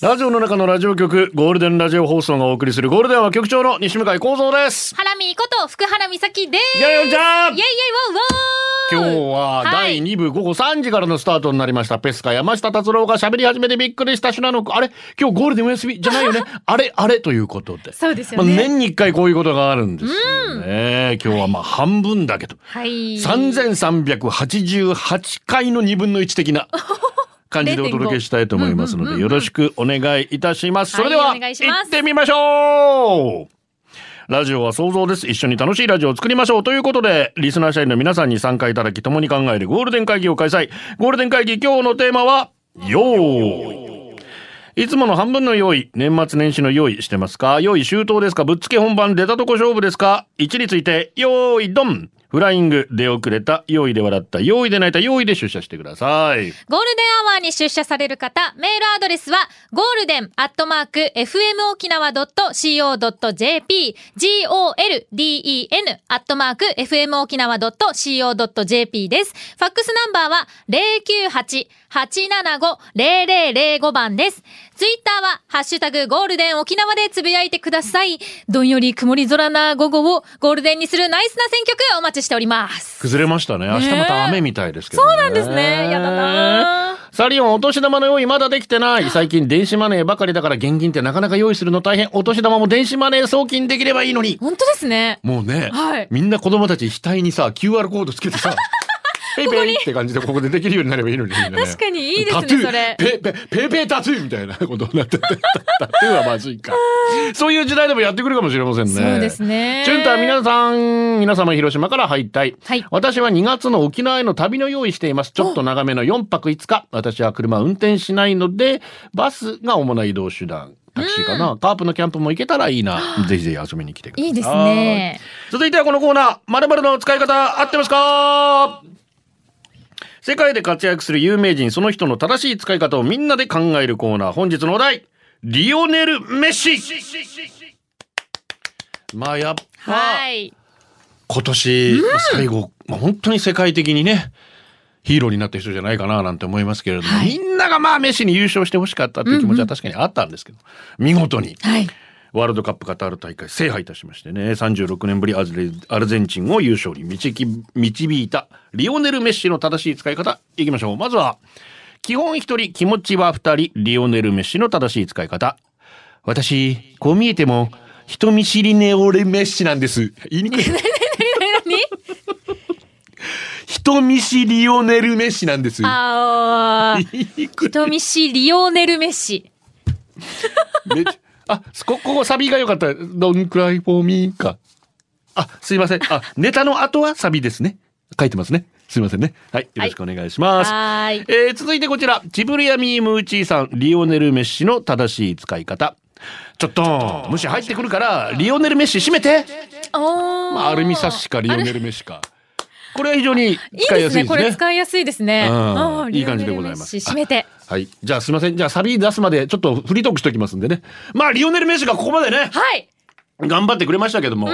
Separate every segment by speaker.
Speaker 1: ラジオの中のラジオ局、ゴールデンラジオ放送がお送りするゴールデンは局長の西向井幸三です。
Speaker 2: ハラミこと福原美咲です。
Speaker 1: やよちゃん
Speaker 2: イェイイェイウ
Speaker 1: 今
Speaker 2: ォ
Speaker 1: 日
Speaker 2: ウウォー
Speaker 1: は第2部午後3時からのスタートになりました。ペスカ山下達郎が喋り始めてびっくりしたしなのあれ今日ゴールデンお休みじゃないよねあれあれということで。
Speaker 2: そうです
Speaker 1: ま
Speaker 2: よ
Speaker 1: あ、
Speaker 2: ね。
Speaker 1: 年に1回こういうことがあるんですよね。今日はまあ半分だけど。
Speaker 2: はい。
Speaker 1: 3388回の2分の1的な感じでお届けしたいと思いますの
Speaker 2: うんうんうんう
Speaker 1: で、
Speaker 2: ん
Speaker 1: よろしくお願いいたします。それでは、
Speaker 2: はいお願いします
Speaker 1: 行ってみましょうラジオは想像です。一緒に楽しいラジオを作りましょう。ということで、リスナー社員の皆さんに参加いただき、共に考えるゴールデン会議を開催。ゴールデン会議、今日のテーマは、よーいつもの半分の用意、年末年始の用意してますか用意周到ですかぶっつけ本番出たとこ勝負ですか位置について、用意ドンフライング、出遅れた、用意で笑った、用意で泣いた、用意で出社してください。
Speaker 2: ゴールデンアワーに出社される方、メールアドレスは、ゴールデンアットマーク、fmokinawa.co.jp、golden アットマーク、fmokinawa.co.jp です。ファックスナンバーは、098-875-0005番です。ツイッターは、ハッシュタグ、ゴールデン沖縄でつぶやいてください。どんより曇り空な午後をゴールデンにするナイスな選曲お待ちしております。
Speaker 1: 崩れましたね。明日また雨みたいですけど、
Speaker 2: そうなんですね。やだなぁ
Speaker 1: サリオン、お年玉の用意まだできてない。最近電子マネーばかりだから現金ってなかなか用意するの大変。お年玉も電子マネー送金できればいいのに。
Speaker 2: 本当ですね。
Speaker 1: もうね、
Speaker 2: はい
Speaker 1: みんな子供たち額にさ、QR コードつけてさ、ペイペイって感じでここでできるようになればいいのに。みんなね
Speaker 2: 確かにいいですね
Speaker 1: タトゥー
Speaker 2: それ
Speaker 1: ペイペイペイペイタトゥーみたいなことになってて、タトゥーはまずいか。そういう時代でもやってくるかもしれませんね。
Speaker 2: そうですね。
Speaker 1: チュンター皆
Speaker 2: ん。
Speaker 1: さん、皆様広島から敗退。
Speaker 2: はい
Speaker 1: 私は2月の沖縄への旅の用意しています。ちょっと長めの4泊5日。私は車を運転しないので、バスが主な移動手段。タクシーかな、カープのキャンプも行けたらいいな。ぜひぜひ遊びに来てください。
Speaker 2: いいですね。
Speaker 1: 続いてはこのコーナー、〇〇の使い方、合ってますか世界で活躍する有名人、その人の正しい使い方をみんなで考えるコーナー。本日のお題、リオネル・メッシまあやっぱ、
Speaker 2: はい。
Speaker 1: 今年、最後、まあ本当に世界的にね、ヒーローになった人じゃないかななんて思いますけれども、みんながまあメッシに優勝してほしかったっていう気持ちは確かにあったんですけど、見事に
Speaker 2: はい。
Speaker 1: ワールドカップカタール大会制覇いたしましてね、36年ぶりアズレアルゼンチンを優勝に導き導いたリオネル・メッシの正しい使い方、いきましょう。まずは、基本1人、気持ちは2人、リオネル・メッシの正しい使い方。私、こう見えても、人見知りね俺メッシなんです。言いにくい。
Speaker 2: 何
Speaker 1: 人見知りオネル・メッシなんです。
Speaker 2: あー。
Speaker 1: 言いにくい
Speaker 2: 人見知りリオネルメッシ。
Speaker 1: めっちゃあ、こここサビが良かった。Don't cry for me か。あ、すいません。 あ、ネタの後はサビですね。書いてますね。すいませんね。はい。よろしくお願いします。
Speaker 2: はーい
Speaker 1: えー続いてこちら。チブリアミームーチーさん、リオネルメッシの正しい使い方。ちょっと、もし入ってくるから、リオネルメッシ閉めて。
Speaker 2: おー。
Speaker 1: まあ、アルミサッシかリオネルメッシか。これは非常に
Speaker 2: いい
Speaker 1: 使い
Speaker 2: で
Speaker 1: や
Speaker 2: す
Speaker 1: すいで
Speaker 2: ね。
Speaker 1: す
Speaker 2: こ
Speaker 1: ね。
Speaker 2: れ使いやすいですね。
Speaker 1: うん
Speaker 2: あー
Speaker 1: いい感じでございます
Speaker 2: リオネルメッシ閉めて。
Speaker 1: はい。じゃあすいません。じゃあサビ出すまでちょっとフリートークしときますんでね。まあリオネル・メッシがここまでね、
Speaker 2: はい。
Speaker 1: 頑張ってくれましたけども、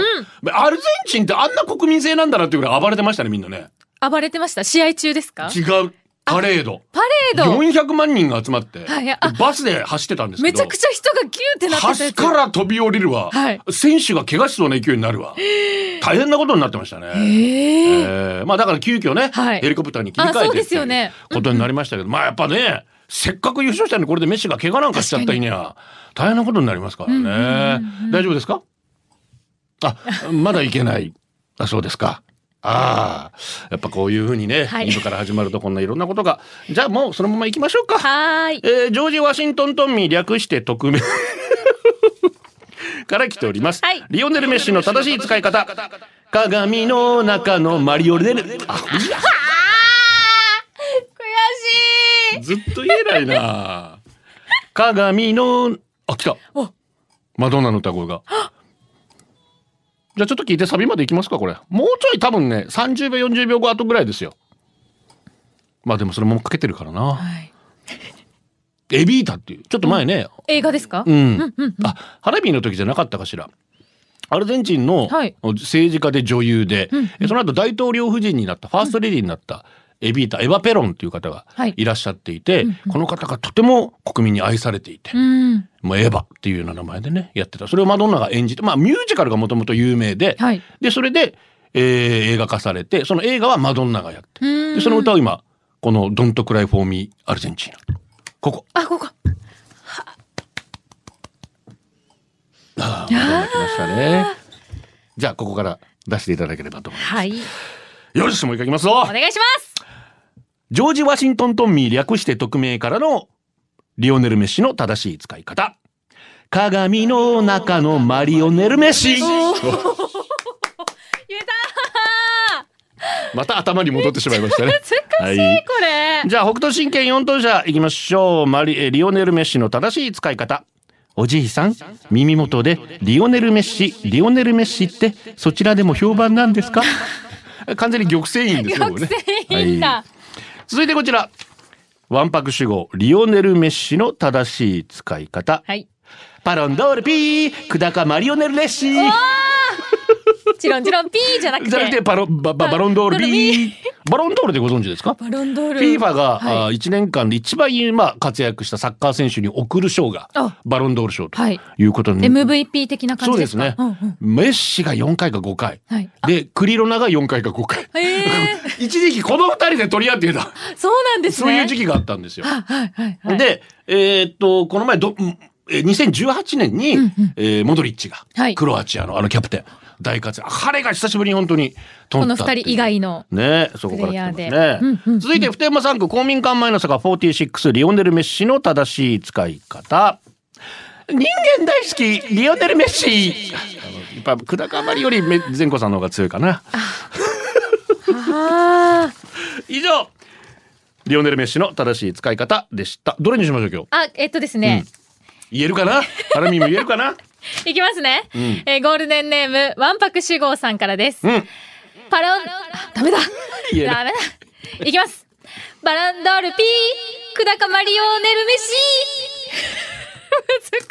Speaker 1: アルゼンチンってあんな国民性なんだなっていうぐらい暴れてましたね、みんなね。
Speaker 2: 暴れてました。試合中ですか
Speaker 1: 違う。パレード。
Speaker 2: パレード。
Speaker 1: 400万人が集まって
Speaker 2: はいあ、
Speaker 1: バスで走ってたんですけ
Speaker 2: め
Speaker 1: ど。
Speaker 2: ちゃくちゃ人がギューってなってたや
Speaker 1: 橋
Speaker 2: つ。
Speaker 1: から飛び降りるわ、
Speaker 2: はい
Speaker 1: 選手が怪我しそうな勢いになるわ。大変なことになってましたね。
Speaker 2: えー。
Speaker 1: えーまあだから急遽ね、
Speaker 2: はい
Speaker 1: ヘリコプターに切り替えて
Speaker 2: あそう
Speaker 1: ってい
Speaker 2: ですよね
Speaker 1: ことになりましたけど、まあやっぱねせっかく優勝したのにこれでメッシが怪我なんかしちゃった日には大変なことになりますからね、大丈夫ですかあまだいけないあそうですかああやっぱこういうふうにね、
Speaker 2: はい
Speaker 1: 今から始まるとこんないろんなことがじゃあもうそのまま行きましょうか
Speaker 2: はーい。
Speaker 1: えージョージ・ワシントン・トンミー略して匿名から来ております、
Speaker 2: はい
Speaker 1: リオネル・メッシの正しい使い方鏡の中のマリオネルあいや
Speaker 2: 悔しい。
Speaker 1: ずっと言えないな鏡のあ来たマドンナの歌声がじゃあちょっと聞いてサビまでいきますかこれもうちょい多分ね30秒40秒後後ぐらいですよまあでもそれもかけてるからな、
Speaker 2: はい
Speaker 1: エビータっていうちょっと前ね、
Speaker 2: 映画ですか、
Speaker 1: うん
Speaker 2: うんうん
Speaker 1: あ花火の時じゃなかったかしらアルゼンチンの
Speaker 2: はい
Speaker 1: 政治家で女優で、えその後大統領夫人になったファーストレディーになったエビータ、エヴァ・ペロンという方が
Speaker 2: はい
Speaker 1: いらっしゃっていて、この方がとても国民に愛されていて、
Speaker 2: うん
Speaker 1: もうエヴァっていうような名前でねやってたそれをマドンナが演じて、まあ、ミュージカルがもともと有名で,、
Speaker 2: はい
Speaker 1: でそれで、えー映画化されてその映画はマドンナがやって
Speaker 2: うん
Speaker 1: でその歌を今この「Don't Cry for Me アルゼンチン」ここ
Speaker 2: あここ
Speaker 1: ああマドンナ来ましたねじゃあここから出していただければと思いま
Speaker 2: はい
Speaker 1: すよしもう一回いきますぞ
Speaker 2: お願いします
Speaker 1: ジョージ・ワシントン・トンミー略して匿名からのリオネル・メッシの正しい使い方。鏡の中のマリオネル・メッシ。
Speaker 2: 言え
Speaker 1: また頭に戻ってしまいました ね。
Speaker 2: たー
Speaker 1: はい
Speaker 2: これ
Speaker 1: じゃあ北斗神拳四等車行きましょうマリえリオネル・メッシの正しい使い方おじいさん耳元で「リオネル・メッシリオネル・メッシってそちらでも評判なんですか? 」 完全に玉泉院ですねこれね
Speaker 2: いいんだ、
Speaker 1: 続いてこちらわんぱく主語リオネル・メッシの正しい使い方
Speaker 2: はい
Speaker 1: パロンドールピー久高マリオネル・レッシー
Speaker 2: チロンチロンピーじゃなくて
Speaker 1: じゃなくてパロバババロンドールピーバロンドールでご存知ですか
Speaker 2: バロンドール
Speaker 1: FIFA が、
Speaker 2: はい
Speaker 1: あー1年間で一番、まあ、活躍したサッカー選手に贈る賞が
Speaker 2: あ
Speaker 1: バロンドール賞と
Speaker 2: はい
Speaker 1: いうことに、
Speaker 2: MVP 的な感
Speaker 1: そう
Speaker 2: じ
Speaker 1: で
Speaker 2: ですすか
Speaker 1: ね、
Speaker 2: うん
Speaker 1: メッシが4回か5回、
Speaker 2: うん、はい
Speaker 1: でクリロナが4回か5回
Speaker 2: へえ
Speaker 1: 一時期この2人で取り合っていた
Speaker 2: ー、そうなんですね
Speaker 1: そういう時期があったんですよ。
Speaker 2: はいはいはいはい
Speaker 1: で、えーっとこの前どんえー2018年に、えーモドリッチが、
Speaker 2: はい
Speaker 1: クロアチアのあのキャプテン大活躍彼が久しぶりに本当に
Speaker 2: こ
Speaker 1: 取
Speaker 2: の
Speaker 1: ったってい
Speaker 2: 二
Speaker 1: う
Speaker 2: 人以外の
Speaker 1: ねそこから来
Speaker 2: プレ
Speaker 1: て
Speaker 2: イ
Speaker 1: ま
Speaker 2: ヤー
Speaker 1: すね。
Speaker 2: でうんうんうん
Speaker 1: 続いて、普天間産区公民館前の坂46、リオネル・メッシの正しい使い方。人間大好き、リオネル・メッシやっぱ、久高まりよりめ善子さんの方が強いかな。
Speaker 2: あー
Speaker 1: 以上、リオネル・メッシの正しい使い方でした。どれにしましょう、今日。
Speaker 2: あえっとですね、
Speaker 1: 言えるか なハラミも言えるかない
Speaker 2: きますね、えーゴールデンネームわんぱく主号さんからです、
Speaker 1: ん
Speaker 2: パロンあダメだ
Speaker 1: 言えない
Speaker 2: ダメだいきますバランドールピー久高マリオネルメ シ難し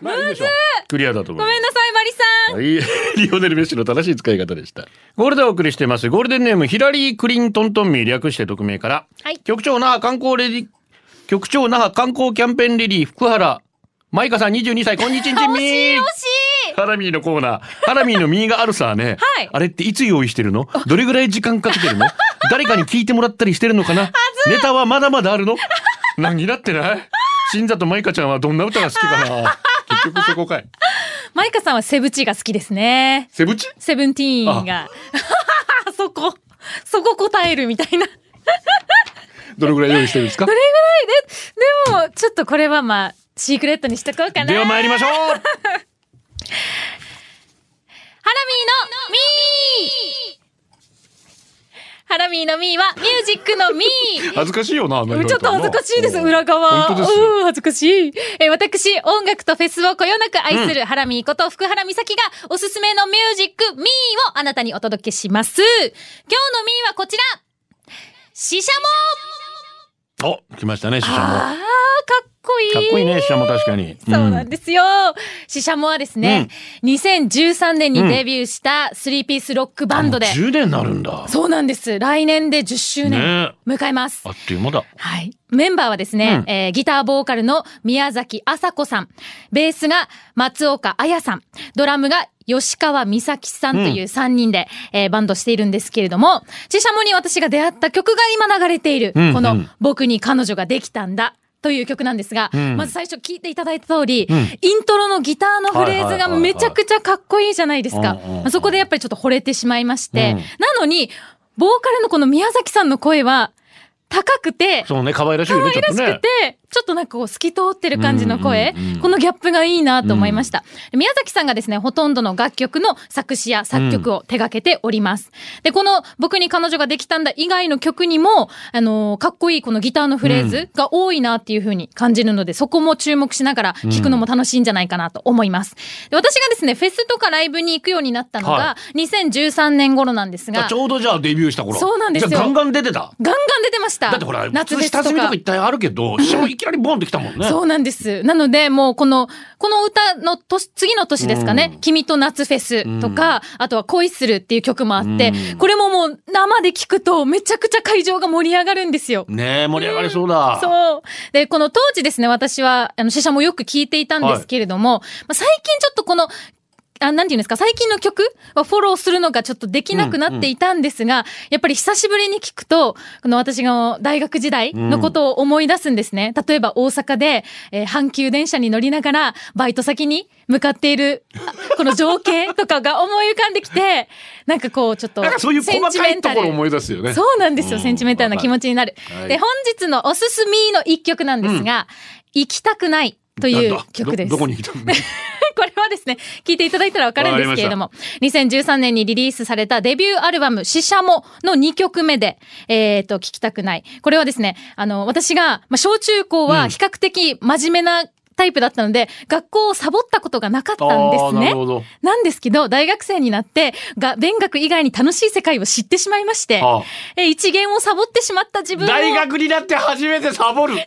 Speaker 2: い、
Speaker 1: まあいいでしょうクリアだと思い
Speaker 2: ご
Speaker 1: ます
Speaker 2: めんなさいマリさん
Speaker 1: はい、 リオネル・メッシの正しい使い方でした。ゴールでお送りしてます。ゴールデンネーム、ヒラリー・クリントン・トンミー、略して匿名から。
Speaker 2: はい
Speaker 1: 局長、那覇観光レディ、局長、那覇観光キャンペーンレディ、福原、舞香さん22歳、こんにちんちんみー。
Speaker 2: 惜しい
Speaker 1: ハラミーのコーナー。ハラミーのミーがあるさね。
Speaker 2: はい
Speaker 1: あれっていつ用意してるのどれぐらい時間かけてる の誰かに聞いてもらったりしてるのかなネタはまだまだあるの何だってない新里舞香ちゃんはどんな歌が好きか な結局そこかい。
Speaker 2: マイカさんはセブチが好きですね
Speaker 1: セブチ
Speaker 2: セブンティーンが そこそこ答えるみたいな
Speaker 1: どれぐらい用意してるんですか
Speaker 2: どれぐらいで、でも、ちょっとこれはまあ、シークレットにしとこうかな。
Speaker 1: では参りま しょう
Speaker 2: ハラミーのミーハラミーのミーはミュージックのミー
Speaker 1: 恥ずかしいよな、ち
Speaker 2: ちょっと恥ずかしいです、裏側。
Speaker 1: 本当ですよ
Speaker 2: うん恥ずかしい。えー私、音楽とフェスをこよなく愛するハラミーこと福原美咲がおすすめのミュージック、ミーをあなたにお届けします。今日のミーはこちらシシャ
Speaker 1: お、来ましたね、死者
Speaker 2: モ
Speaker 1: も。
Speaker 2: あ
Speaker 1: か
Speaker 2: ー、かっこいい。
Speaker 1: っこいいね、死者も確かに。
Speaker 2: そうなんですよ。シシャモはですね、2013年にデビューしたスリーピースロックバンドで、
Speaker 1: 10年になるんだ。
Speaker 2: そうなんです。来年で10周年
Speaker 1: ね
Speaker 2: 迎えます。
Speaker 1: あっという間だ。
Speaker 2: はい。メンバーはですね、えーギターボーカルの宮崎麻子さん、ベースが松岡彩さん、ドラムが吉川美咲さんという3人で、えーバンドしているんですけれども、シシャモに私が出会った曲が今流れている、
Speaker 1: んうん
Speaker 2: この僕に彼女ができたんだ。という曲なんですが、
Speaker 1: ん
Speaker 2: まず最初聞いていただいた通り、イントロのギターのフレーズがめちゃくちゃかっこいいじゃないです
Speaker 1: はいは
Speaker 2: か。
Speaker 1: いはいはいうんうんうん
Speaker 2: まあそこでやっぱりちょっと惚れてしまいまして、
Speaker 1: うん
Speaker 2: なのに、ボーカルのこの宮崎さんの声は、高くて、
Speaker 1: そうね、可愛らしいよね、
Speaker 2: 可
Speaker 1: ちょっ
Speaker 2: 愛ら
Speaker 1: と
Speaker 2: しく
Speaker 1: ね
Speaker 2: て。、ちょっとなんかこう透き通ってる感じの声、
Speaker 1: うんうんうん
Speaker 2: このギャップがいいなと思いました、宮崎さんがですね、ほとんどの楽曲の作詞や作曲を手掛けております。で、この僕に彼女ができたんだ以外の曲にも、あのーかっこいいこのギターのフレーズが多いなっていう風に感じるので、そこも注目しながら聴くのも楽しいんじゃないかなと思います。で私がですね、フェスとかライブに行くようになったのが
Speaker 1: は、
Speaker 2: 2013年頃なんですが、
Speaker 1: ちょうどじゃあデビューした頃
Speaker 2: そうなんですよ
Speaker 1: じゃあガンガン出てた
Speaker 2: ガンガン出てました。
Speaker 1: だってほら普
Speaker 2: 夏
Speaker 1: 通
Speaker 2: フェス
Speaker 1: 下
Speaker 2: と
Speaker 1: 積みと
Speaker 2: か
Speaker 1: かい。っぱいあるけど下いきなりボンってきたもんね
Speaker 2: そうなんです。なので、もうこの、この歌の年、次の年ですかね、君と夏フェスとか、あとは恋するっていう曲もあって、これももう生で聴くとめちゃくちゃ会場が盛り上がるんですよ。
Speaker 1: ねえ盛り上がりそうだ
Speaker 2: そう。で、この当時ですね、私は、あの、死者もよく聞いていたんですけれども、まあ最近ちょっとこの、あなんていうんですか、最近の曲はフォローするのがちょっとできなくなっていたんですが、やっぱり久しぶりに聞くと、この私が大学時代のことを思い出すんですね。例えば大阪で、えー阪急電車に乗りながら、バイト先に向かっている、あこの情景とかが思い浮かんできて、なんかこう、ちょっと、
Speaker 3: なんかそういう細かいところ思い出すよね。
Speaker 2: そうなんですよ。
Speaker 3: うん
Speaker 2: センチメンタルな気持ちになる。
Speaker 3: かる
Speaker 2: で、本日のおすすめの一曲なんですが、行きたくないという
Speaker 3: なんだ
Speaker 2: 曲です。
Speaker 3: どどこに行ったの
Speaker 2: これはですね、聞いていただいたらわかるんですけれども、2013年にリリースされたデビューアルバム、死者もの2曲目で、えっ、と、聞きたくない。これはですね、あの、私が、まあ、小中高は比較的真面目な、タイプだったので、学校をサボったことがなかったんです
Speaker 3: あーな
Speaker 2: ね
Speaker 3: る。ほど。
Speaker 2: なんですけど、大学生になって、が、勉学以外に楽しい世界を知ってしまいまして、
Speaker 3: ああ
Speaker 2: え、一元をサボってしまった自分を、
Speaker 3: 大学になって初めてサボる。
Speaker 2: ま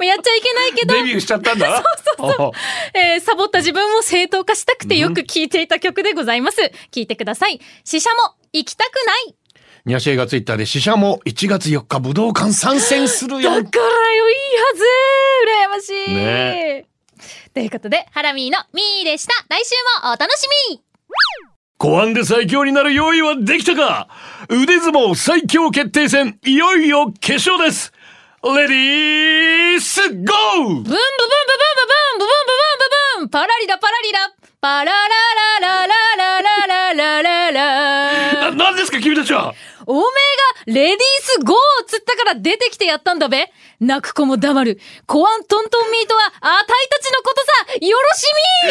Speaker 2: あやっちゃいけない けど、
Speaker 3: デビューしちゃったん だな。そうそう
Speaker 2: えーサボった自分を正当化したくてよく聴いていた曲でございます。聴いてください。死者も行きたくない。
Speaker 1: ニャシェイがツイッターで死者も1月4日武道館参戦するよ
Speaker 2: だからよ、いいはず羨ましい、
Speaker 1: ね
Speaker 2: ということで、ハラミーのミーでした。来週もお楽しみ
Speaker 1: ご安で最強になる用意はできたか腕相撲最強決定戦いよいよ決勝ですレディースゴー
Speaker 2: ブンブブンブブンブブンブブンブブンブブンパラリラパラリラパララララララララララ
Speaker 1: な、なんですか君たちは
Speaker 2: おめえがレディース GO をつったから出てきてやったんだべ泣く子も黙る。コアントントンミートはあたいたちのことさよろ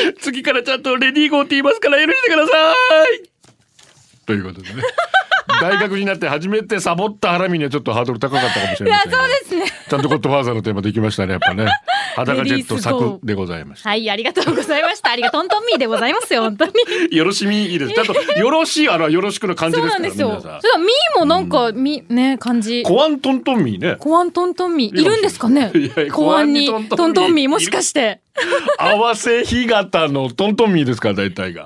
Speaker 2: しみ
Speaker 1: 次からちゃんとレディーゴーって言いますから許してください
Speaker 3: ということでね。大学になって初めてサボったハラミにはちょっとハードル高かったかもしれま せんが。
Speaker 2: そうですね。
Speaker 3: ちゃんとゴッドファーザーのテーマできましたね、やっぱ ね。裸ジェット作でございまし
Speaker 2: はい、ありがとうございました。ありがとんとんみーでございますよ、本当に。
Speaker 3: た。よろしみいい です。ちゃんと、よろしい、あの、よろしくの感じ
Speaker 2: そう
Speaker 3: で
Speaker 2: な
Speaker 3: す
Speaker 2: ん
Speaker 3: から、
Speaker 2: ですよ。
Speaker 3: 皆
Speaker 2: そ
Speaker 3: さん
Speaker 2: う。だ、みーもなんか、み、ね、感じ。
Speaker 3: コアントントンミーね。
Speaker 2: コアントントンミーいるんですかね
Speaker 3: いやいや
Speaker 2: コアンに
Speaker 3: コアンに
Speaker 2: ト
Speaker 3: ト
Speaker 2: ン
Speaker 3: ン
Speaker 2: ト
Speaker 3: ト
Speaker 2: ン
Speaker 3: ン
Speaker 2: ミ
Speaker 3: ミ
Speaker 2: ー
Speaker 3: ー
Speaker 2: もしかして。
Speaker 3: 合わせ日型のトントンミーですから、大 体が。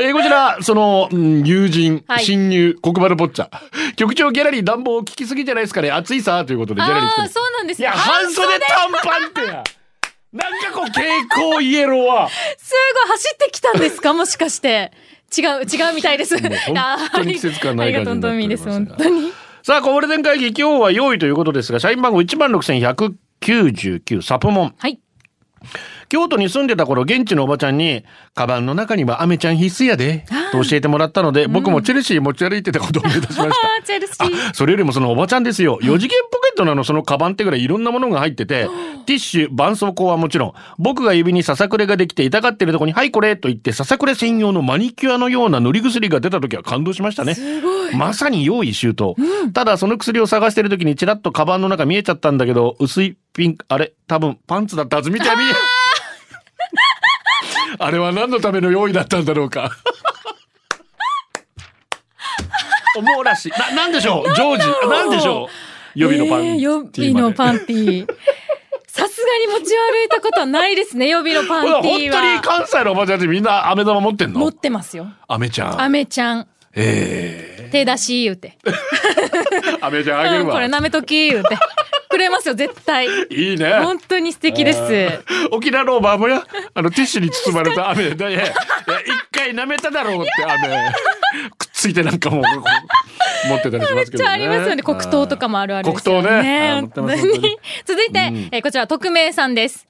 Speaker 3: えーこちら、その、うん友人
Speaker 2: は、い
Speaker 3: 親友、黒板のボッチャ。局長ギャラリー暖房を聞きすぎじゃないですかね。暑いさ、ということでギャラリー来て
Speaker 2: ああ
Speaker 3: ま
Speaker 2: ー、
Speaker 3: す。
Speaker 2: そうなんです
Speaker 3: いや、半袖短パンってや。なんかこう、蛍光イエローは。
Speaker 2: すごい走ってきたんですかも しかして。違う、違うみたいです。本
Speaker 3: 本当に季節感ない感じになっておりますが
Speaker 2: ありがとう、トントンミーです、本当に。
Speaker 1: さあ、ゴールデン会議、今日は用意ということですが、社員番号16,199、サポモン。
Speaker 2: はい。
Speaker 1: 京都に住んでた頃、現地のおばちゃんに、カバンの中にはアメちゃん必須やで、と教えてもらったので、僕もチェルシー持ち歩いてたことを思い出しました。
Speaker 2: あー、チェルシー。
Speaker 1: それよりもそのおばちゃんですよ。4次元ポケットなのそのカバンってぐらいいろんなものが入ってて、ティッシュ、絆創膏はもちろん、僕が指にささくれができて痛がってるとこに、はいこれと言って、ささくれ専用のマニキュアのような塗り薬が出た時は感動しましたね。 まさに用意周到。ただその薬を探してる時にチラッとカバンの中見えちゃったんだけど、薄いピンク、あれ多分パンツだったはずみたいに。
Speaker 3: あれは何のための用意だったんだろう か。
Speaker 1: 思うらしい。な、なんでしょうジョージ。なんでしょう予備のパン。
Speaker 2: えー予備のパンティー。 さすがに持ち歩いたことはないですね、予備のパ
Speaker 3: ほら本
Speaker 2: ンティー
Speaker 3: 当に
Speaker 2: は。
Speaker 3: 関西のおばちゃんってみんな飴玉持ってん
Speaker 2: 持っ
Speaker 3: の
Speaker 2: てますよ。
Speaker 3: 飴ちゃん。
Speaker 2: アメちゃん。
Speaker 3: え
Speaker 2: 手出し言うて。
Speaker 3: え飴ちゃんあげ
Speaker 2: う
Speaker 3: る
Speaker 2: ん、こ
Speaker 3: わ
Speaker 2: れ。舐めとき言うて。くれますよ、絶対。
Speaker 3: いいね。
Speaker 2: 本当に素敵です。
Speaker 3: 沖縄のおばあもや、あの、ティッシュに包まれた飴。だいやいや一回舐めただろうって飴。くっ
Speaker 1: ついてなんかもう持ってたりし
Speaker 2: め
Speaker 1: ま
Speaker 2: っ
Speaker 1: すけ
Speaker 2: ち
Speaker 1: どね。
Speaker 2: ゃありますよね。黒糖とかもあるあるです
Speaker 1: 黒
Speaker 2: よ
Speaker 1: 糖ねあー持っ
Speaker 2: 本
Speaker 1: て
Speaker 2: 当
Speaker 1: ま
Speaker 2: に
Speaker 1: す本当に。
Speaker 2: 続いて、
Speaker 1: うん
Speaker 2: えーこちら、匿名さんです。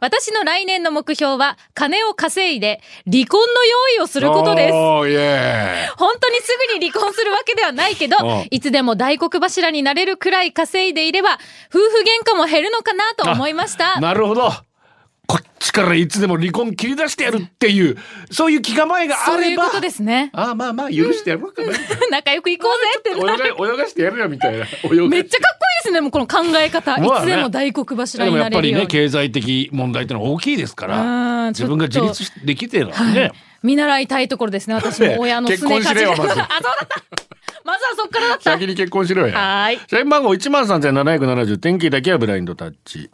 Speaker 2: 私の来年の目標は、金を稼いで、離婚の用意をすることです。
Speaker 1: おーイエ
Speaker 2: 本当にすぐに離婚するわけではないけど
Speaker 1: うん、
Speaker 2: いつでも大黒柱になれるくらい稼いでいれば、夫婦喧嘩も減るのかなと思いました
Speaker 1: ー。なるほど。こっちからいつでも離婚切り出してやるっていう、そういう気構えがあ
Speaker 2: そうい
Speaker 1: れ
Speaker 2: う
Speaker 1: ば。。
Speaker 2: ことですね
Speaker 1: ああ、まあまあ、許してやろうかな。
Speaker 2: 仲良く行こうぜってなる。
Speaker 1: 泳が、泳がしてやるよみたいな。泳が
Speaker 2: めっちゃかっこいいですね、もうこの考え方。
Speaker 1: まあ
Speaker 2: い
Speaker 1: ね
Speaker 2: つでも大黒柱
Speaker 1: で
Speaker 2: に
Speaker 1: もや
Speaker 2: な
Speaker 1: っぱ
Speaker 2: れる
Speaker 1: り
Speaker 2: よう
Speaker 1: ね
Speaker 2: に。
Speaker 1: 経済的問題ってのは大きいですから
Speaker 2: うんち
Speaker 1: 自
Speaker 2: ょっと
Speaker 1: 分が自立しできてるのはね、
Speaker 2: 見習いたいところですね、私も親のすねかじり。
Speaker 1: 結
Speaker 2: あ、
Speaker 1: 婚し
Speaker 2: そ
Speaker 1: れよま
Speaker 2: う
Speaker 1: ず
Speaker 2: だった。まずはそっからだった。
Speaker 1: 先に結婚しろよ
Speaker 2: はーい。
Speaker 1: 社員番号1万3770天気だけはブラインドタッチ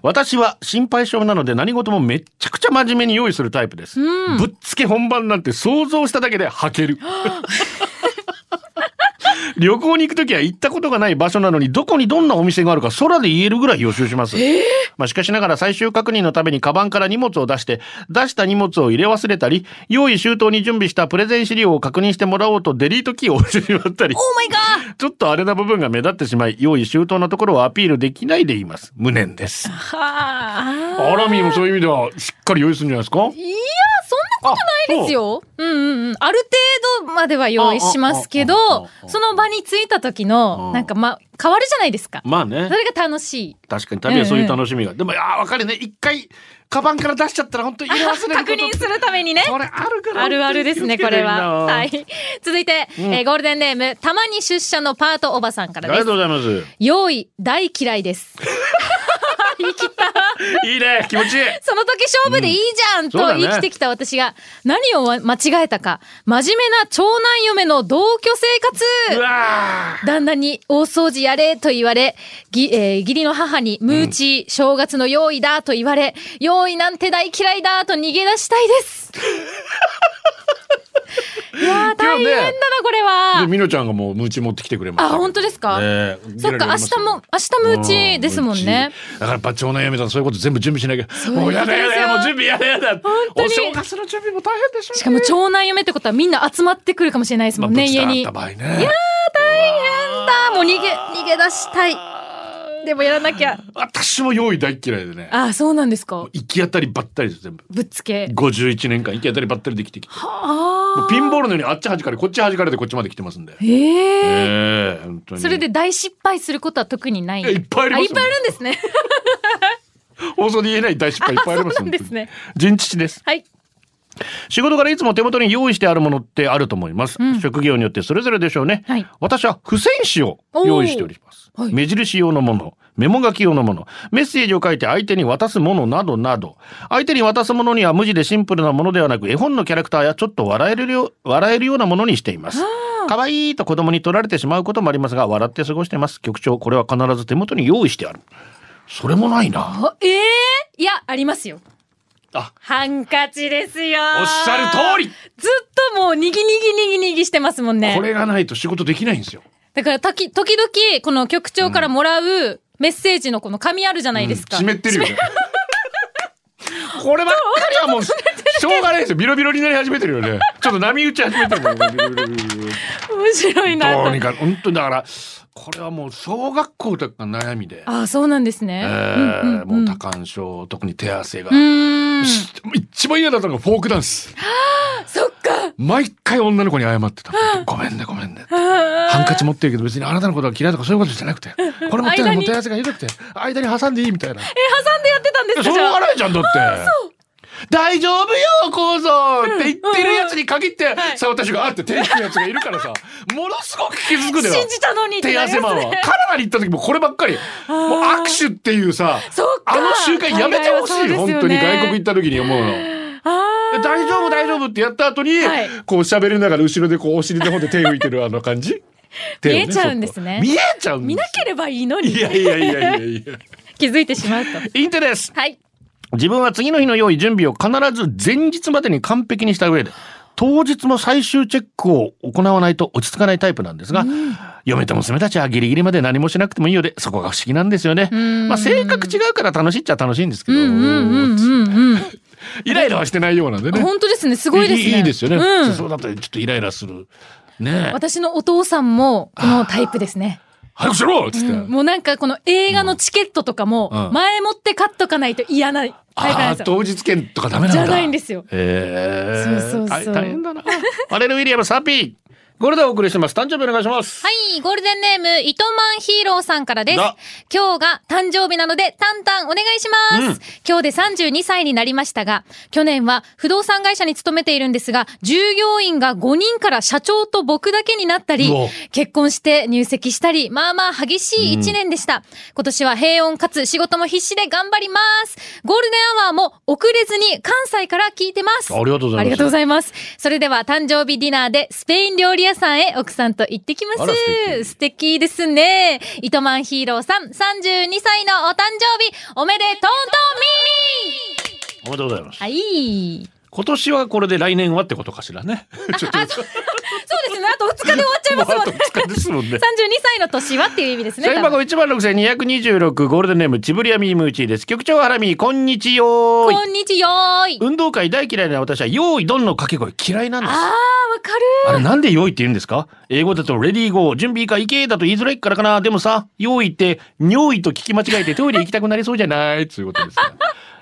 Speaker 1: 私は心配性なので何事もめっちゃくちゃ真面目に用意するタイプです、ぶっつけ本番なんて想像しただけで吐け る旅行に行くときは行ったことがない場所なのにどこにどんなお店があるか空で言えるぐらい予習します、まあ、しかしながら最終確認のためにカバンから荷物を出して出した荷物を入れ忘れたり用意周到に準備したプレゼン資料を確認してもらおうとデリートキーを押してしまったり
Speaker 2: オーマイガー
Speaker 1: ちょっとあれな部分が目立ってしまい、用意周到なところをアピールできないでいます。無念です。
Speaker 2: はあ。
Speaker 1: アラミーもそういう意味では、しっかり用意するんじゃないですか
Speaker 2: いや、そんなことないですよ。うんうんうん。ある程度までは用意しますけど
Speaker 1: ああああああ、
Speaker 2: その場に着いた時の、なんかま、変わるじゃないですか。
Speaker 1: まあ
Speaker 2: そ
Speaker 1: ね。
Speaker 2: れが楽しい。
Speaker 1: 確かに旅はそういう楽しみが。でも、ああ、わかるね。一回、カバンから出しちゃったら本当に入れ忘れること
Speaker 2: 確認するためにね。
Speaker 1: これあるから。
Speaker 2: あるあるですね、
Speaker 1: 気を
Speaker 2: こ
Speaker 1: つけて
Speaker 2: れ
Speaker 1: みんな
Speaker 2: は。はい。続いて、えーゴールデンネーム、たまに出社のパートおばさんか
Speaker 1: あ
Speaker 2: ら
Speaker 1: りが
Speaker 2: で
Speaker 1: と
Speaker 2: す
Speaker 1: う。ございます。
Speaker 2: 用意、大嫌いです。
Speaker 1: いいね。気持 ちいい。
Speaker 2: その時勝負でいいじゃんと
Speaker 1: そうだね
Speaker 2: 生きてきた私が、何を間違えたか、真面目な長男嫁の同居生
Speaker 1: う
Speaker 2: 活
Speaker 1: わ
Speaker 2: 旦那に大掃除やれと言われ、ぎえー義理の母にムーチー、正月の用意だと言われ、用意なんて大嫌いだと逃げ出した いです。いやー、大変だな、これ
Speaker 1: ーで、
Speaker 2: は。
Speaker 1: みのちゃんがもう、ムーチ持ってきてくれまし
Speaker 2: あ、
Speaker 1: た。
Speaker 2: 本当ですか、
Speaker 1: ねえ
Speaker 2: そっか、明日も、明日ムーチーですもんね。
Speaker 1: うん。だからやっぱ長男やめたらそういうこと全部準備しなきゃ。
Speaker 2: ういう
Speaker 1: も
Speaker 2: こ
Speaker 1: う
Speaker 2: とです
Speaker 1: や
Speaker 2: よ
Speaker 1: だやだやだ、もう準備やだやだ。
Speaker 2: 当に
Speaker 1: お正月の準備も大変でしょうね。
Speaker 2: しかも長男嫁ってことはみんな集まってくるかもしれないですもんね、家に。
Speaker 1: あった場
Speaker 2: だ
Speaker 1: 合ね。
Speaker 2: もう逃げ、逃げ出したい。でもやらなきゃ。
Speaker 1: 私も用意大嫌いでね。
Speaker 2: あ、そうなんですか。
Speaker 1: 行き当たりばったりです、全部。
Speaker 2: ぶっつけ。
Speaker 1: 51年間行き当たりばったりできてきて。
Speaker 2: あ
Speaker 1: もうピンボールのようにあっち弾かれ、こっち弾かれてこっちまで来てますんで。
Speaker 2: あ。ええー。
Speaker 1: ええ、本当に。
Speaker 2: それで大失敗することは特にない。
Speaker 1: いやいっぱいありますよ
Speaker 2: あいっぱいあるんです ね。
Speaker 1: 放送で言えない大失敗いっぱいあります
Speaker 2: そうなん ですね
Speaker 1: 本当に人父です。
Speaker 2: はい。
Speaker 1: 仕事からいつも手元に用意してあるものってあると思います、
Speaker 2: ん
Speaker 1: 職業によってそれぞれでしょうね、
Speaker 2: はい
Speaker 1: 私は付箋紙を用意しております、
Speaker 2: おーはい
Speaker 1: 目印用のものメモ書き用のものメッセージを書いて相手に渡すものなどなど相手に渡すものには無地でシンプルなものではなく絵本のキャラクターやちょっと笑えるよう笑えるようなものにしています可愛いと子供に取られてしまうこともありますが笑って過ごしています局長これは必ず手元に用意してあるそれもないな
Speaker 2: あええいや、ありますよ。
Speaker 1: あ
Speaker 2: ハンカチですよ。
Speaker 1: おっしゃる通り
Speaker 2: ずっともう、にぎにぎにぎにぎしてますもんね。
Speaker 1: これがないと仕事できないんですよ
Speaker 2: だから、たき、時々、この局長からもらうメッセージのこの紙あるじゃないですか。
Speaker 1: 湿ってるよね。 こればっかりはもう、しょうがないですよ。ビロビロになり始めてるよね。ちょっと波打ち始めてるよね。ビロビロビロビ ロ
Speaker 2: 面白いな
Speaker 1: どうに
Speaker 2: と。
Speaker 1: か、本当にだから、これはもう小学校とか悩みで、
Speaker 2: ああ、そうなんです
Speaker 1: え
Speaker 2: ね。
Speaker 1: ー
Speaker 2: うんうん
Speaker 1: も
Speaker 2: う
Speaker 1: うん多感症、特に手汗が
Speaker 2: う。ーん。
Speaker 1: 一番嫌だったのがフォークダンス。
Speaker 2: そっか。
Speaker 1: 毎回女の子に謝ってた。ごめんね、ごめんね。ハンカチ持ってるけど別にあなたのことが嫌いとかそういうことじゃなくて、これ持ってない
Speaker 2: 間に
Speaker 1: もう手汗がひどくて、間に挟んでいいみたいな。
Speaker 2: 挟んでやってたんですか
Speaker 1: しょう
Speaker 2: じゃあ
Speaker 1: がないじゃんだって。大丈夫よ、構造って言ってるやつに限って、さ、私があって手引くやつがいる からさ、ものすごく気づくのよ。
Speaker 2: 信じたのにって
Speaker 1: 手
Speaker 2: なります
Speaker 1: 汗
Speaker 2: ね
Speaker 1: マンは。カナダに行った時もこればっかり。もう握手っていうさ、
Speaker 2: そうか
Speaker 1: あの習慣やめてほし
Speaker 2: 海
Speaker 1: い。
Speaker 2: 外はそうです
Speaker 1: 本
Speaker 2: よね
Speaker 1: 当に外国行った時に思うの。
Speaker 2: ああ。
Speaker 1: 大丈夫、大丈夫ってやった後に
Speaker 2: はい、
Speaker 1: こう喋りながら後ろでこうお尻の方で手拭いてるあの感じ。手をね
Speaker 2: 見えちゃうんです
Speaker 1: そっと
Speaker 2: ね
Speaker 1: 見えちゃうんです
Speaker 2: 見なければいいのに。
Speaker 1: いやいやいやいやいや。
Speaker 2: 気づいてしまうと。
Speaker 1: インテです。
Speaker 2: はい。
Speaker 1: 自分は次の日の用意準備を必ず前日までに完璧にした上で当日も最終チェックを行わないと落ち着かないタイプなんですが、嫁と娘たちはギリギリまで何もしなくてもいいようでそこが不思議なんですよね。まあ性格違うから楽しいっちゃ楽しいんですけど、
Speaker 2: うんうんうんうん。
Speaker 1: イライラはしてないようなんでね。
Speaker 2: 本当ですね。すごいですね。
Speaker 1: いいいいですよね。
Speaker 2: うん。
Speaker 1: そうだとちょっとイライラする。ねえ
Speaker 2: 私のお父さんもこのタイプですね。
Speaker 1: 早くしろっつって。
Speaker 2: うんもうなんかこの映画のチケットとか
Speaker 1: うんう
Speaker 2: も
Speaker 1: ん
Speaker 2: 前もって買っとかないと嫌なタイプな
Speaker 1: あ
Speaker 2: ん
Speaker 1: あ、
Speaker 2: ですよ。
Speaker 1: 当日券とかダメなん
Speaker 2: じ
Speaker 1: だ。
Speaker 2: ゃないんですよ。
Speaker 1: ええ
Speaker 2: そうそうそう
Speaker 1: 大変だな。 アレル・ウィリアム・サピー。これでお送りしてます。誕生日お願いします。
Speaker 2: はい、ゴールデンネーム、糸満ヒーローさんからです
Speaker 1: だ。
Speaker 2: 今日が誕生日なので、タンタンお願いします。今日で32歳になりましたが、去年は不動産会社に勤めているんですが、従業員が5人から社長と僕だけになったり
Speaker 1: うわ、
Speaker 2: 結婚して入籍したり、まあまあ激しい1年でした。今年は平穏かつ仕事も必死で頑張ります。ゴールデンアワーも遅れずに関西から聞いてます。
Speaker 1: ありがとうございます
Speaker 2: ありがとうございます。それでは誕生日ディナーでスペイン料理屋さんへ奥さんと行ってきます。
Speaker 1: あら素敵
Speaker 2: 素敵ですね。糸満ヒーローさん、32歳のお誕生日、おめでとうと
Speaker 1: おめでとうございます。
Speaker 2: みはい。
Speaker 1: 今年はこれで来年はってことかしらね。 ちょっと、も
Speaker 2: そうですね。あと2日で終わっちゃいうます も
Speaker 1: あ
Speaker 2: ん
Speaker 1: と
Speaker 2: ね。
Speaker 1: 2日ですもんね
Speaker 2: 32。歳の年はっていう意味ですね。
Speaker 1: 社員
Speaker 2: 多
Speaker 1: 箱
Speaker 2: 分
Speaker 1: 1万6226ゴールデンネームチブリアミームーチーです。局長ハラミー、こんにちよ
Speaker 2: こ
Speaker 1: ーい。
Speaker 2: んにちは。い。
Speaker 1: 運動会大嫌いな私は、用意ドンの掛け声嫌いなんです。
Speaker 2: あー、わかる。
Speaker 1: あれなんで用意って言うんですか英語だとレディーゴー、準備いいか行けだと言いづらいからかな。でもさ、用意って、尿意と聞き間違えてトイレ行きたくなりそうじゃないということですね。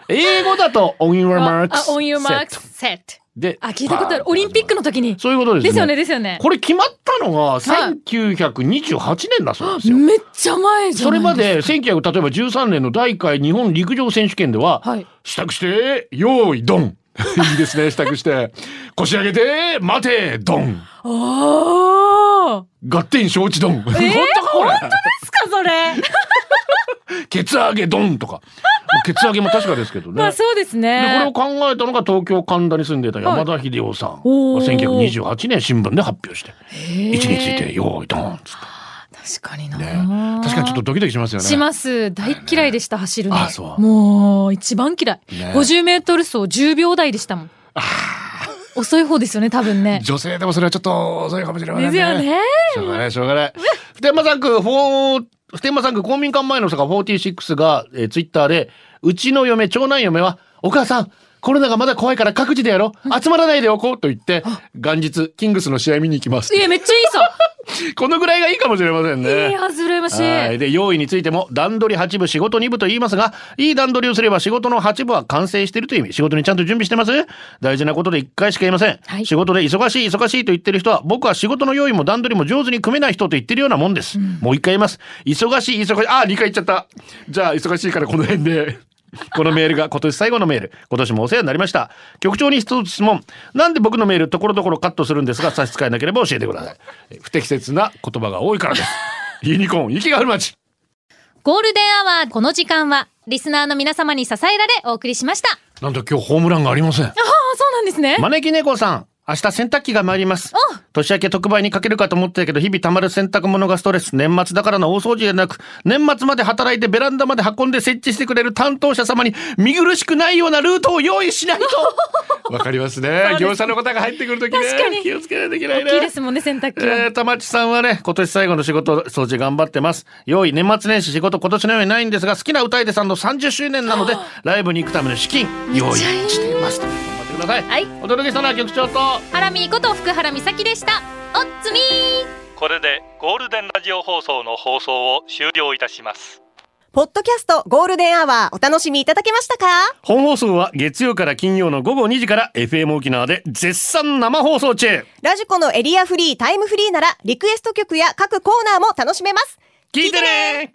Speaker 1: 英語だと、on your
Speaker 2: あ
Speaker 1: marks。、
Speaker 2: on your marks, set.
Speaker 1: で、
Speaker 2: あ、聞いたことある。オリンピックの時に。
Speaker 1: そういうことですね。
Speaker 2: ですよね、ですよね。
Speaker 1: これ決まったのが1928年だそうですよ。
Speaker 2: めっちゃ前じゃ
Speaker 1: そ
Speaker 2: な
Speaker 1: れ
Speaker 2: い
Speaker 1: まで1913年の第1回日本陸上選手権では、
Speaker 2: はい
Speaker 1: 支度して、用意ドン。いいですね、支度して。 腰上げて、待て、ドン。
Speaker 2: あ
Speaker 1: 合点承知ド ン。
Speaker 2: ー。えー、
Speaker 1: 本当かこ
Speaker 2: 本
Speaker 1: れ
Speaker 2: 当ですか、それ。
Speaker 1: ケツ上げドンとか。ケツ上げも確かですけどね。
Speaker 2: まあそうで
Speaker 1: で
Speaker 2: す
Speaker 1: これ
Speaker 2: ね
Speaker 1: を。考えたのが東京神田に住んでいた山田秀夫さん、
Speaker 2: おー
Speaker 1: 1928年新聞で発表して
Speaker 2: へー
Speaker 1: 位置について用意ドンっつって
Speaker 2: 確かにな、
Speaker 1: ね確かにちょっとドキドキしますよね
Speaker 2: します。大嫌いでした、走るの。
Speaker 1: あそう
Speaker 2: もう、一番嫌い。
Speaker 1: ね
Speaker 2: 50メートル走10秒台でしたもん。遅い方ですよね、多 分ね。
Speaker 1: 女性でもそれはちょっと遅いかもしれませ
Speaker 2: で
Speaker 1: ん
Speaker 2: す
Speaker 1: ね
Speaker 2: よね。
Speaker 1: しょうがないしょうがない普天間産区フォー普天間産区公民館前の坂46が、えー、ツイッターでうちの嫁長男嫁はお母さんコロナがまだ怖いから各自でやろう集まらないでおこうと言って元日キングスの試合見に行きます
Speaker 2: いや、めっちゃいいさ。
Speaker 1: このぐらいがいいかもしれません ね。
Speaker 2: いや、羨まし。
Speaker 1: はいい。で、用意についても、段取り8部、仕事2部と言いますが、いい段取りをすれば仕事の8部は完成しているという意味。仕事にちゃんと準備してます大事なことで1回しか言いません。
Speaker 2: はい
Speaker 1: 仕事で忙しい、忙しいと言ってる人は、僕は仕事の用意も段取りも上手に組めない人と言ってるようなもんです。もう1回言います。忙しい、忙しい。あ、2回言っちゃった。じゃあ、忙しいからこの辺で。 このメールが今年最後のメール。今年もお世話になりました。局長に一つ質問。なんで僕のメールところどころカットするんですが差し支えなければ教えてください。え不適切な言葉が多いからです。ユニコーン、雪が降る街。
Speaker 2: ゴールデンアワー、この時間は、リスナーの皆様に支えられお送りしました。あ
Speaker 1: なんと今日ホームランがありません。
Speaker 2: あ、そうなんですね。
Speaker 1: 招き猫さん、明日洗濯機が参ります
Speaker 2: お。
Speaker 1: 年明け特売にかけるかと思ったけど、日々溜まる洗濯物がストレス。年末だからの大掃除じゃなく、年末まで働いてベランダまで運んで設置してくれる担当者様に見苦しくないようなルートを用意しない と。わかりますね。業者の方が入ってくるときね
Speaker 2: 確かに
Speaker 1: 気をつけないといけない
Speaker 2: 大
Speaker 1: ね。
Speaker 2: きいですもんね、洗濯機は。
Speaker 1: えー、玉地さんはね、今年最後の仕事、掃除頑張ってます。用意、年末年始仕事、今年のようにないんですが、好きな歌い手さんの30周年なので、ライブに行くための資金、用意しています。頑張ってください。
Speaker 2: はい
Speaker 1: お届けしたのは局長と、
Speaker 2: ハラミーこと福原美咲でした。おっつみー
Speaker 4: これでゴールデンラジオ放送の放送を終了いたします
Speaker 5: ポッドキャストゴールデンアワーお楽しみいただけましたか
Speaker 1: 本放送は月曜から金曜の午後2時から FM 沖縄で絶賛生放送中。
Speaker 5: ラジコのエリアフリータイムフリーならリクエスト曲や各コーナーも楽しめます。
Speaker 1: 聞いてね